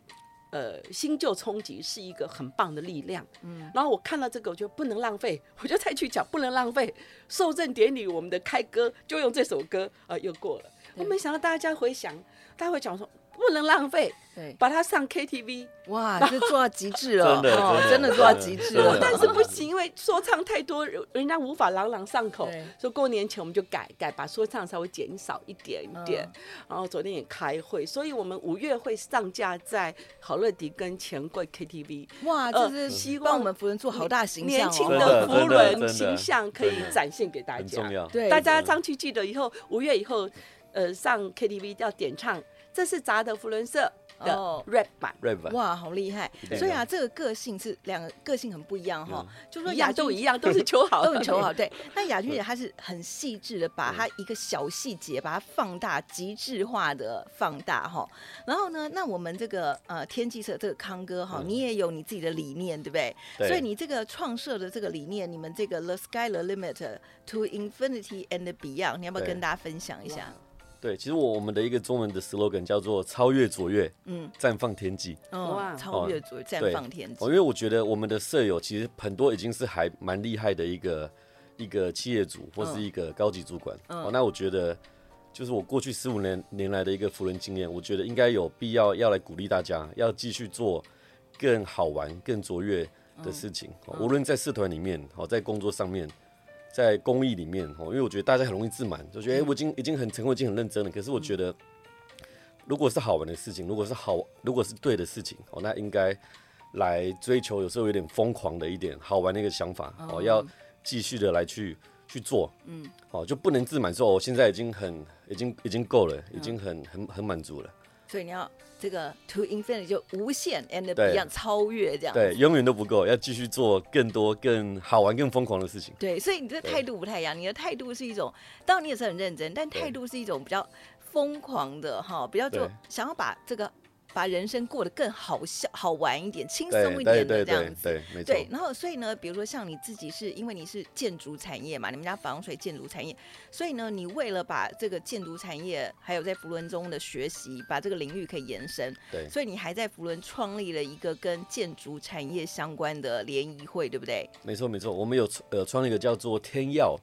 [SPEAKER 2] 呃新旧冲击是一个很棒的力量，嗯，然后我看到这个，我就不能浪费， 我就再去讲不能浪费。受证典礼我们的开歌就用这首歌，呃，又过了。我没想到大家回想，大家会讲说不能浪费，
[SPEAKER 1] 对，
[SPEAKER 2] 把它上 KTV，
[SPEAKER 1] 哇，这做到极致了，
[SPEAKER 3] 真的
[SPEAKER 1] 哦真
[SPEAKER 3] 真
[SPEAKER 1] 的
[SPEAKER 3] 的
[SPEAKER 1] 做到极致
[SPEAKER 3] 真的
[SPEAKER 1] 了，
[SPEAKER 2] 但是不行，因为说唱太多，人人家无法朗朗上口
[SPEAKER 1] 对。
[SPEAKER 2] 所以过年前我们就改改，把说唱稍微减少一点点。
[SPEAKER 1] 嗯
[SPEAKER 2] 然后昨天也开会，所以我们五月会上架在好乐迪跟钱柜 KTV。
[SPEAKER 1] 哇，这
[SPEAKER 2] 呃
[SPEAKER 1] 是
[SPEAKER 2] 希
[SPEAKER 1] 帮
[SPEAKER 2] 望
[SPEAKER 1] 我们福人做好大形象
[SPEAKER 2] 年
[SPEAKER 1] 哦，
[SPEAKER 2] 轻
[SPEAKER 3] 嗯真的
[SPEAKER 2] 福
[SPEAKER 3] 真的
[SPEAKER 2] 伦形象可以
[SPEAKER 3] 真的
[SPEAKER 2] 展现给大
[SPEAKER 3] 很
[SPEAKER 2] 家
[SPEAKER 3] 重。要。
[SPEAKER 1] 对，
[SPEAKER 2] 大家上去记得以后，五月以后，呃，上 KTV 要点唱，这是砸的福伦社
[SPEAKER 1] 哦
[SPEAKER 2] 的 rap 版。
[SPEAKER 3] rap 版
[SPEAKER 1] 哇，好厉害！
[SPEAKER 3] 定
[SPEAKER 1] 所以
[SPEAKER 3] 的嗯
[SPEAKER 1] 啊，这个个性是两个个性很不一样哈，就说
[SPEAKER 2] 一样
[SPEAKER 1] 雅
[SPEAKER 2] 都
[SPEAKER 1] 君
[SPEAKER 2] 一样，都是求好，
[SPEAKER 1] 都很求 好。对，那雅君姐她是很细致的，把她一个小细节把它放大，极致化的放大哈。然后呢，那我们这个呃天际社这个康哥哈，你也有你自己的理念，对不对？
[SPEAKER 3] 嗯对
[SPEAKER 1] 所以你这个创设的这个理念，你们这个 The Sky the Limit to Infinity and Beyond，你要不要
[SPEAKER 3] 对
[SPEAKER 1] 跟大家分享一下？
[SPEAKER 3] 对，其实我我们的一个中文的 slogan 叫做“超越卓越，
[SPEAKER 1] 嗯，
[SPEAKER 3] 绽放天际
[SPEAKER 1] 嗯，
[SPEAKER 2] 哇
[SPEAKER 1] 超越主绽放天”。
[SPEAKER 3] 哦，
[SPEAKER 1] 际，
[SPEAKER 3] 因为我觉得我们的舍友其实很多已经是还蛮厉害的一个一个企业主或是一个高级主管。哦，那我觉得就是我过去十五年年来的一个福伦经验，我觉得应该有必要要来鼓励大家，要继续做更好玩、更卓越的事情。哦无论在社团里面，哦，在工作上面。在公益里面哦，因为我觉得大家很容易自满，就觉
[SPEAKER 1] 嗯
[SPEAKER 3] 得哎、诶我已经已经很成功，已经很认真了。可是我觉得，如果是好玩的事情，如果是好，如果是对的事情哦，那应该来追求，有时候有点疯狂的一点好玩的一个想法哦，要继续的来去去做，嗯，哦，就不能自满说我、哦、现在已经很已经已经够
[SPEAKER 1] 嗯
[SPEAKER 3] 了，已经很很很满足了，
[SPEAKER 1] 所以你要这个 to infinity 就无限 and
[SPEAKER 3] 对
[SPEAKER 1] beyond 超越这样。
[SPEAKER 3] 对，永远都不够，要继续做更多更好玩、更疯狂的事情。
[SPEAKER 1] 对，所以你的态度不太一样，你的态度是一种，当然你也是很认真，但态度是一种比较疯狂的哈，比较就
[SPEAKER 3] 对
[SPEAKER 1] 想要把这个把人生过得更好笑、好玩一点、轻松
[SPEAKER 3] 对
[SPEAKER 1] 一
[SPEAKER 3] 对
[SPEAKER 1] 点的
[SPEAKER 3] 对
[SPEAKER 1] 这样
[SPEAKER 3] 对
[SPEAKER 1] 子。
[SPEAKER 3] 对，没错
[SPEAKER 1] 对，，然后所以呢，比如说像你自己是因为你是建筑产业嘛，你们家防水建筑产业，所以呢，你为了把这个建筑产业还有在福伦中的学习，把这个领域可以延伸，
[SPEAKER 3] 对
[SPEAKER 1] 所以你还在福伦创立了一个跟建筑产业相关的联谊会，对不对？
[SPEAKER 3] 没错没错，我们有呃创了一个叫做天耀，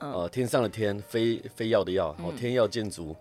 [SPEAKER 1] 嗯
[SPEAKER 3] 呃天上的天，飞飞耀的耀，哦天耀建筑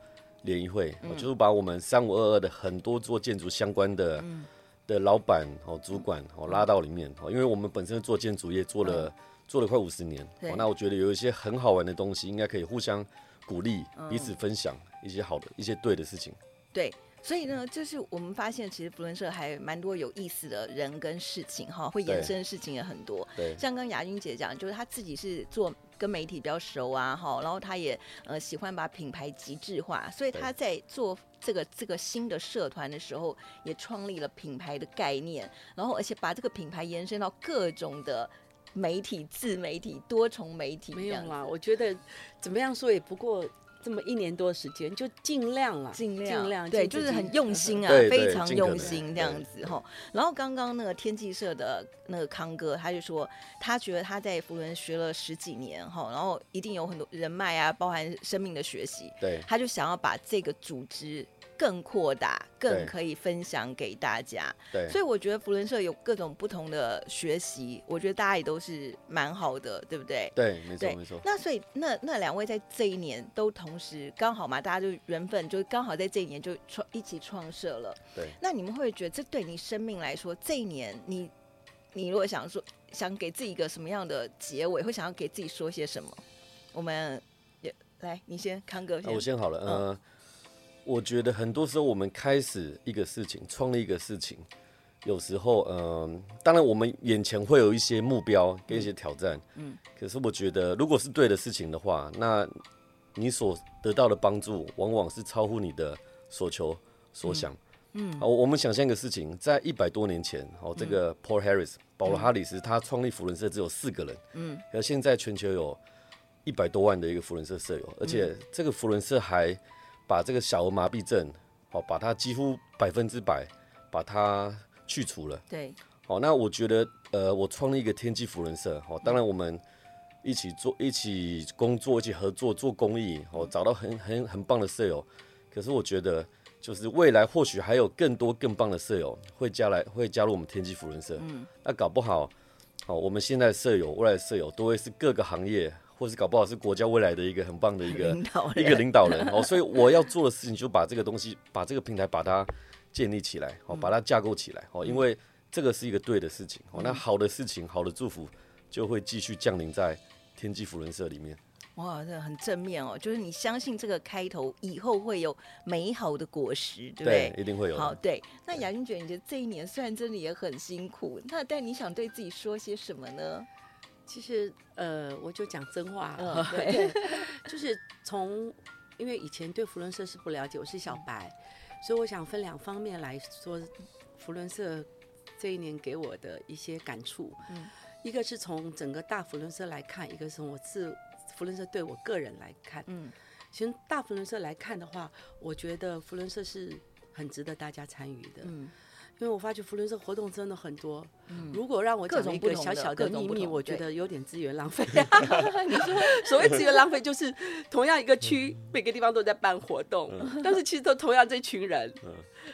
[SPEAKER 3] 联谊会，
[SPEAKER 1] 嗯
[SPEAKER 3] 哦就是把我们三五二二的很多做建筑相关的
[SPEAKER 1] 嗯
[SPEAKER 3] 的老板哦主管哦拉到里面哦，因为我们本身做建筑业做了做了快五十年，
[SPEAKER 1] 嗯对
[SPEAKER 3] 哦那我觉得有一些很好玩的东西，应该可以互相鼓励，
[SPEAKER 1] 嗯
[SPEAKER 3] 彼此分享一些好的一些对的事情。
[SPEAKER 1] 对，所以呢，就是我们发现，其实福伦社还蛮多有意思的人跟事情哈，会
[SPEAKER 3] 对
[SPEAKER 1] 衍生事情也很多。
[SPEAKER 3] 对
[SPEAKER 1] 像刚雅君姐讲，就是她自己是做跟媒体比较熟啊，哈，然后她也呃喜欢把品牌极致化，所以她在做这个这个新的社团的时候，也创立了品牌的概念，然后而且把这个品牌延伸到各种的媒体、自媒体、多重媒体这
[SPEAKER 2] 没有
[SPEAKER 1] 样子，
[SPEAKER 2] 啦，我觉得怎么样说也不过这么一年多的时间，就尽量啦，
[SPEAKER 1] 尽量
[SPEAKER 2] 尽量，
[SPEAKER 1] 对，
[SPEAKER 2] 尽
[SPEAKER 1] 就是
[SPEAKER 2] 自己
[SPEAKER 1] 很用心啊，
[SPEAKER 3] 对
[SPEAKER 1] 非
[SPEAKER 3] 对
[SPEAKER 1] 常
[SPEAKER 3] 尽可
[SPEAKER 1] 用
[SPEAKER 3] 能
[SPEAKER 1] 心这
[SPEAKER 3] 对
[SPEAKER 1] 样子哈。然后刚刚那个天际社的那个康哥，他就说他觉得他在福伦学了十几年哈，然后一定有很多人脉啊，包含生命的学习，
[SPEAKER 3] 对
[SPEAKER 1] 他就想要把这个组织更扩大，更
[SPEAKER 3] 对
[SPEAKER 1] 可以分享给大家。
[SPEAKER 3] 对
[SPEAKER 1] 所以我觉得福伦社有各种不同的学习，我觉得大家也都是蛮好的，对不对？
[SPEAKER 3] 对，没错
[SPEAKER 1] 对
[SPEAKER 3] 没错，
[SPEAKER 1] 那所以那那两位在这一年都同时刚好嘛，大家就缘分就刚好在这一年就创一起创设了。
[SPEAKER 3] 对。
[SPEAKER 1] 那你们会觉得这对你生命来说，这一年你你如果想说想给自己一个什么样的结尾，会想要给自己说些什么？我们也来，你先康哥
[SPEAKER 3] 那我
[SPEAKER 1] 先。
[SPEAKER 3] 先好了，呃，我觉得很多时候我们开始一个事情，创立一个事情，有时候，嗯、当然我们眼前会有一些目标跟一些挑战，嗯，可是我觉得如果是对的事情的话，那你所得到的帮助往往是超乎你的所求所想。嗯，好，我们想象一个事情，在一百多年前，哦，这个 Paul Harris、保罗·哈里斯，他创立福伦社只有四个人，嗯，而现在全球有一百多万的一个福伦社社友，而且这个福伦社还把这个小儿麻痹症，哦，把它几乎百分之百把它去除了。
[SPEAKER 1] 对，
[SPEAKER 3] 好，那我觉得，呃，我创立一个天际福人社，哦，当然我们一起做、一起工作、一起合作做公益，哦，找到很很很棒的舍友。可是我觉得，就是未来或许还有更多更棒的舍友会加来，会加入我们天际福人社。嗯，那搞不好，哦，我们现在的舍友、未来的舍友都会是各个行业，或是搞不好是国家未来的一个很棒的一个
[SPEAKER 1] 领导
[SPEAKER 3] 一个
[SPEAKER 1] 人。
[SPEAKER 3] 领导人哦，所以我要做的事情就把这个东西，把这个平台把它建立起来，
[SPEAKER 1] 嗯
[SPEAKER 3] 哦，把它架构起来，哦，因为这个是一个对的事情，
[SPEAKER 1] 嗯
[SPEAKER 3] 哦，那好的事情，好的祝福就会继续降临在天际福伦社里面。
[SPEAKER 1] 哇，这很正面哦，就是你相信这个开头以后会有美好的果实，对不对？
[SPEAKER 3] 一定会有
[SPEAKER 1] 好，
[SPEAKER 3] 的。
[SPEAKER 1] 对。那雅君姐，你觉得这一年虽然真的也很辛苦，那但你想对自己说些什么呢？
[SPEAKER 2] 其实呃，我就讲真话，
[SPEAKER 1] 嗯， 对，
[SPEAKER 2] 就是从因为以前对福伦社是不了解，我是小白，所以我想分两方面来说福伦社这一年给我的一些感触。
[SPEAKER 1] 嗯
[SPEAKER 2] 一个是从整个大福伦社来看，一个是从我自福伦社对我个人来看。
[SPEAKER 1] 嗯
[SPEAKER 2] 其实大福伦社来看的话，我觉得福伦社是很值得大家参与的。
[SPEAKER 1] 嗯
[SPEAKER 2] 因为我发觉福伦社活动真的很多。如果让我
[SPEAKER 1] 各
[SPEAKER 2] 讲
[SPEAKER 1] 种
[SPEAKER 2] 一
[SPEAKER 1] 不
[SPEAKER 2] 个
[SPEAKER 1] 同
[SPEAKER 2] 小
[SPEAKER 1] 的
[SPEAKER 2] 小
[SPEAKER 1] 各
[SPEAKER 2] 的
[SPEAKER 1] 种
[SPEAKER 2] 秘
[SPEAKER 1] 不
[SPEAKER 2] 密，
[SPEAKER 1] 同
[SPEAKER 2] 我觉
[SPEAKER 1] 对
[SPEAKER 2] 得有点资源 浪费。 你说所谓资源浪费，就是同样一个区，每个地方都在办活动，但是其实都同样这群人，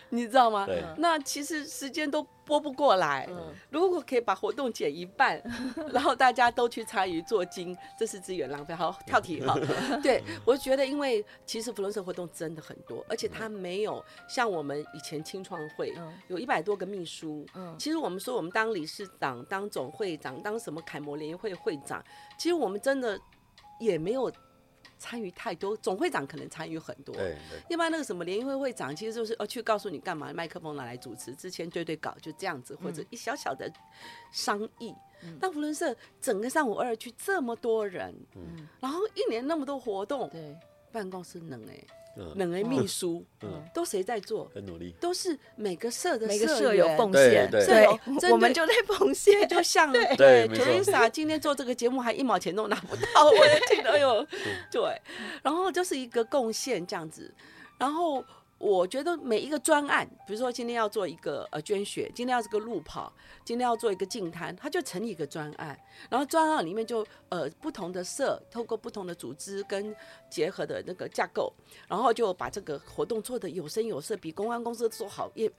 [SPEAKER 2] 你知道吗
[SPEAKER 3] 对？
[SPEAKER 1] 嗯
[SPEAKER 2] 那其实时间都拨不过来。如果可以把活动减一半， 然后大家都去参与做精，这是资源浪费。好，跳题哈。对，我觉得因为其实福伦社活动真的很多，而且它没有像我们以前青创会
[SPEAKER 1] 嗯
[SPEAKER 2] 有一百多个秘书。其实我们说我们当理事长、当总会长、当什么楷模联谊会会长，其实我们真的也没有参与太多，总会长可能参与很多。
[SPEAKER 3] 对对，
[SPEAKER 2] 一般那个什么联谊会会长，其实就是呃去告诉你干嘛，麦克风拿来主持，之前对对稿就这样子，或者一小小的商议。但福伦社整个上午二区这么多人，
[SPEAKER 1] 嗯
[SPEAKER 3] 嗯
[SPEAKER 2] 然后一年那么多活动，
[SPEAKER 1] 对，
[SPEAKER 2] 办公室冷哎、
[SPEAKER 3] 嗯
[SPEAKER 2] 冷哎秘书，
[SPEAKER 3] 嗯
[SPEAKER 2] 都谁在做？
[SPEAKER 3] 很努力，
[SPEAKER 2] 都是每个社的
[SPEAKER 1] 每个
[SPEAKER 2] 社
[SPEAKER 1] 舍友
[SPEAKER 2] 员
[SPEAKER 1] 奉
[SPEAKER 3] 对
[SPEAKER 1] 献，
[SPEAKER 3] 对
[SPEAKER 2] 舍友
[SPEAKER 1] 我
[SPEAKER 2] 针
[SPEAKER 1] 们
[SPEAKER 2] 对
[SPEAKER 1] 就在奉献，
[SPEAKER 2] 就像哎
[SPEAKER 3] 对没错
[SPEAKER 2] Teresa 今天做这个节目还一毛钱都拿不到，我也听得哎呦，对，然后就是一个贡献这样子，然后。我觉得每一个专案，比如说今天要做一个呃捐血，今天要这个路跑，今天要做一个净滩，它就成立一个专案。然后专案里面就呃不同的社，透过不同的组织跟结合的那个架构，然后就把这个活动做得有声有色，比公安公司做好也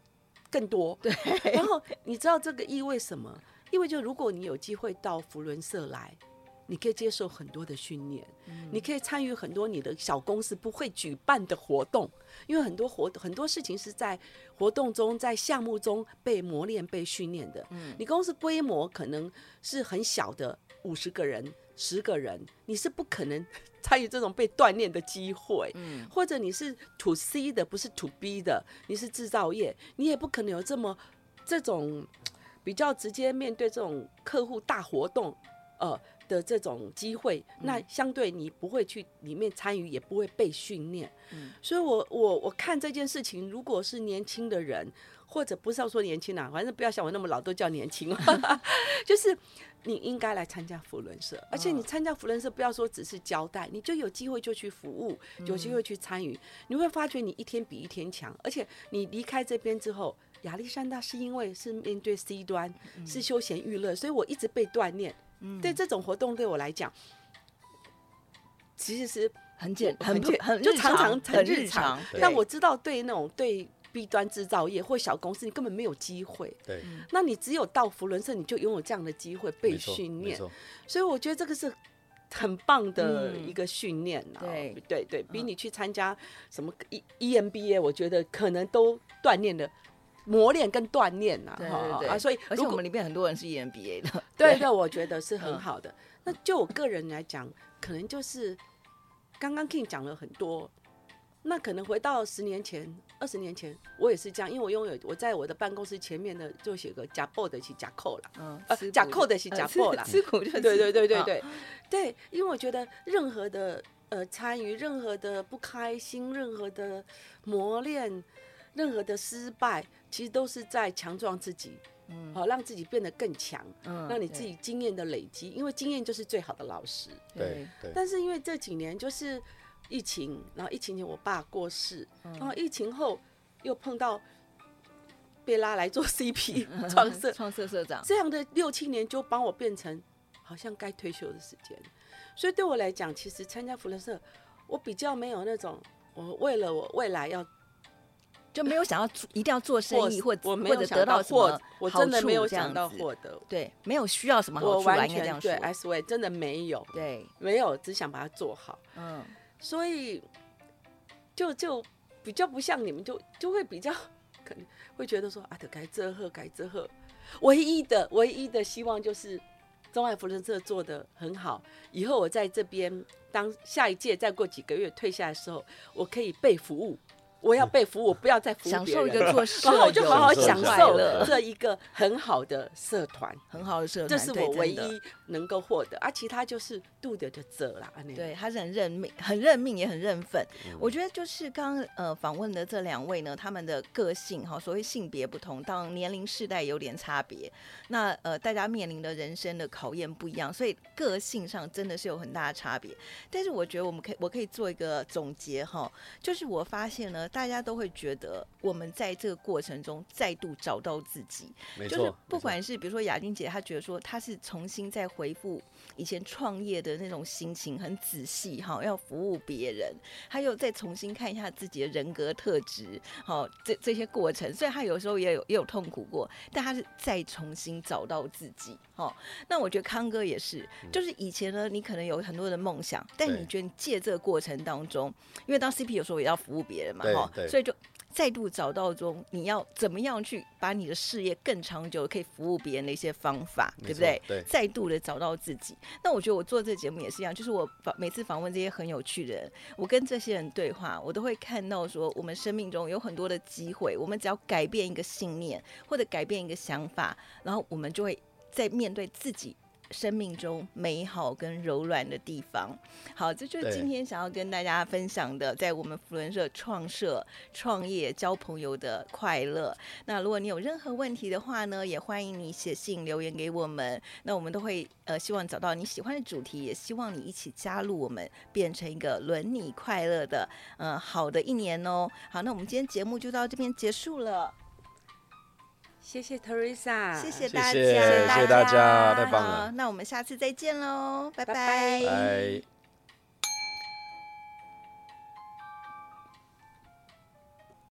[SPEAKER 2] 更多。对。然后你知道这个意味什么？意味就如果你有机会到福伦社来，你可以接受很多的训练，你可以参与很多你的小公司不会举办的活动，因为很多活很多事情是在活动中、在项目中被磨练、被训练的。你公司规模可能是很小的，五十个人、十个人，你是不可能 参与这种被锻炼的机会。嗯，或者你是 to C 的，不是 to B 的，你是制造业，你也不可能有这么这种比较直接面对这种客户大活动，呃的这种机会，那相对你不会去里面参与，也不会被训练。所以我我我看这件事情，如果是年轻的人，或者不是要说年轻啦、反正不要像我那么老都叫年轻， 就是你应该来参加福伦社，而且你参加福伦社，不要说只是交代，你就有机会就去服务，有机会去参与，你会发觉你一天比一天强，而且你离开这边之后。亚历山大是因为是面对 C 端，是
[SPEAKER 1] 嗯
[SPEAKER 2] 休闲娱乐，所以我一直被锻炼。对这种活动对我来讲，其实是
[SPEAKER 1] 很简，
[SPEAKER 2] 很
[SPEAKER 1] 很
[SPEAKER 2] 简
[SPEAKER 1] 很
[SPEAKER 2] 就
[SPEAKER 1] 日
[SPEAKER 2] 常常
[SPEAKER 1] 很
[SPEAKER 2] 很
[SPEAKER 1] 日
[SPEAKER 2] 日常
[SPEAKER 1] 常。
[SPEAKER 3] 对
[SPEAKER 2] 但我知道，对那种对 B 端制造业或小公司，你根本没有机会。
[SPEAKER 3] 对，
[SPEAKER 2] 那你只有到福伦社，你就拥有这样的机会被
[SPEAKER 3] 没错
[SPEAKER 2] 训
[SPEAKER 3] 没
[SPEAKER 2] 练。
[SPEAKER 3] 错，
[SPEAKER 2] 所以我觉得这个是很棒的
[SPEAKER 1] 嗯
[SPEAKER 2] 一个训练啊。
[SPEAKER 1] 对嗯
[SPEAKER 2] 对对，比你去参加什么 E EMBA，我觉得可能都锻炼的。磨练跟锻炼呐、啊，
[SPEAKER 1] 对
[SPEAKER 2] 哈
[SPEAKER 1] 对对，
[SPEAKER 2] 啊，所以
[SPEAKER 1] 而且
[SPEAKER 2] 如
[SPEAKER 1] 我
[SPEAKER 2] 果
[SPEAKER 1] 们里面很多人是 E EMBA 的，
[SPEAKER 2] 对对，我觉得是很
[SPEAKER 1] 嗯
[SPEAKER 2] 好的。那就我个人来讲，可能就是刚刚 King 讲了很多，那可能回到十年前、二十年前，我也是这样，因为我拥有我在我的办公室前面的就写个假报的是假扣啦，
[SPEAKER 1] 嗯
[SPEAKER 2] 呃，假扣的是假报啦，
[SPEAKER 1] 吃苦 就是
[SPEAKER 2] 对对对对对对 对，因为我觉得任何的呃参与，任何的不开心，任何的磨练，任何的失败，其实都是在强壮自己，嗯，好、让自己变得更强，
[SPEAKER 1] 嗯
[SPEAKER 2] 让你自己经验的累积，因为经验就是最好的老师。
[SPEAKER 3] 对对，
[SPEAKER 2] 但是因为这几年就是疫情，然后疫情前我爸过世，
[SPEAKER 1] 嗯
[SPEAKER 2] 然后疫情后又碰到被拉来做 CP 创
[SPEAKER 1] 嗯
[SPEAKER 2] 设，
[SPEAKER 1] 创社社长，
[SPEAKER 2] 这样的六七年就帮我变成好像该退休的时间，所以对我来讲，其实参加福伦社，我比较没有那种我为了我未来要
[SPEAKER 1] 就没有想要做一定要做生意或
[SPEAKER 2] 我没
[SPEAKER 1] 或
[SPEAKER 2] 有
[SPEAKER 1] 者
[SPEAKER 2] 想
[SPEAKER 1] 得到什么
[SPEAKER 2] 获，我真的
[SPEAKER 1] 好处
[SPEAKER 2] 没有
[SPEAKER 1] 这样
[SPEAKER 2] 想到
[SPEAKER 1] 子
[SPEAKER 2] 获得，
[SPEAKER 1] 对，没有需要什么好
[SPEAKER 2] 我
[SPEAKER 1] 处吧，
[SPEAKER 2] 完
[SPEAKER 1] 应该这
[SPEAKER 2] 全
[SPEAKER 1] 样
[SPEAKER 2] 对
[SPEAKER 1] 说，
[SPEAKER 2] 哎 S V 真的没有，
[SPEAKER 1] 对，
[SPEAKER 2] 没有，只想把它做好，
[SPEAKER 1] 嗯，
[SPEAKER 2] 所以就就比较不像你们，就就会比较可能会觉得说啊，得该这喝该这喝，唯一的唯一的希望就是中外福伦社做的很好，以后我在这边当下一届再过几个月退下来的时候，我可以被服务。我要被服务，我不要再服
[SPEAKER 1] 嗯
[SPEAKER 2] 务
[SPEAKER 1] 享
[SPEAKER 2] 别
[SPEAKER 1] 受一
[SPEAKER 2] 人
[SPEAKER 1] 个做
[SPEAKER 2] 了
[SPEAKER 1] 社
[SPEAKER 2] 然后我就
[SPEAKER 1] 友
[SPEAKER 2] 好好
[SPEAKER 1] 的
[SPEAKER 2] 享
[SPEAKER 3] 快
[SPEAKER 2] 受
[SPEAKER 1] 乐
[SPEAKER 2] 这一个很好的社团，
[SPEAKER 1] 很好的社
[SPEAKER 2] 这
[SPEAKER 1] 团，
[SPEAKER 2] 是
[SPEAKER 1] 对
[SPEAKER 2] 我唯。
[SPEAKER 1] 真的
[SPEAKER 2] 一能够获得，啊，其他就是度的的责啦，啊那样
[SPEAKER 1] 对，他是很认命，很认命，也很认份。我觉得就是刚刚呃访问的这两位呢，他们的个性哈，所谓性别不同，当然年龄世代有点差别，那呃大家面临的人生的考验不一样，所以个性上真的是有很大的差别。但是我觉得我们可以，我可以做一个总结哈，就是我发现呢，大家都会觉得我们在这个过程中再度找到自己，
[SPEAKER 3] 没
[SPEAKER 1] 就
[SPEAKER 3] 错
[SPEAKER 1] 是，不
[SPEAKER 3] 没错
[SPEAKER 1] 管是比如说雅君姐，她觉得说她是重新再回复以前创业的那种心情，很仔细哈，要服务别人，她又再重新看一下自己的人格特质，好这这些过程，虽然她有时候也有也有痛苦过，但她是再重新找到自己，哦，那我觉得康哥也是，就是以前呢，你可能有很多的梦想，但
[SPEAKER 3] 嗯对
[SPEAKER 1] 你觉得你借这个过程当中，因为当 CP 有时候也要服务别人嘛，
[SPEAKER 3] 对
[SPEAKER 1] 哈，
[SPEAKER 3] 对
[SPEAKER 1] 所以就再度找到中你要怎么样去把你的事业更长久，可以服务别人的一些方法，
[SPEAKER 3] 没
[SPEAKER 1] 对不
[SPEAKER 3] 错
[SPEAKER 1] 对？
[SPEAKER 3] 对
[SPEAKER 1] 再度的找到自己。那我觉得我做这节目也是一样，就是我访每次访问这些很有趣的人，我跟这些人对话，我都会看到说，我们生命中有很多的机会，我们只要改变一个信念或者改变一个想法，然后我们就会在面对自己。生命中美好跟柔软的地方，好，这就是
[SPEAKER 3] 对
[SPEAKER 1] 今天想要跟大家分享的，在我们福伦社创社创业交朋友的快乐。那如果你有任何问题的话呢，也欢迎你写信留言给我们，那我们都会呃希望找到你喜欢的主题，也希望你一起加入我们，变成一个轮你快乐的呃好的一年哦。好，那我们今天节目就到这边结束了，
[SPEAKER 2] 谢谢 Teresa，
[SPEAKER 1] 谢谢大
[SPEAKER 3] 谢
[SPEAKER 1] 家，
[SPEAKER 3] 谢谢谢大家，太棒
[SPEAKER 1] 好
[SPEAKER 3] 了，，
[SPEAKER 1] 那我们下次再见喽，拜
[SPEAKER 2] 拜拜
[SPEAKER 3] 拜。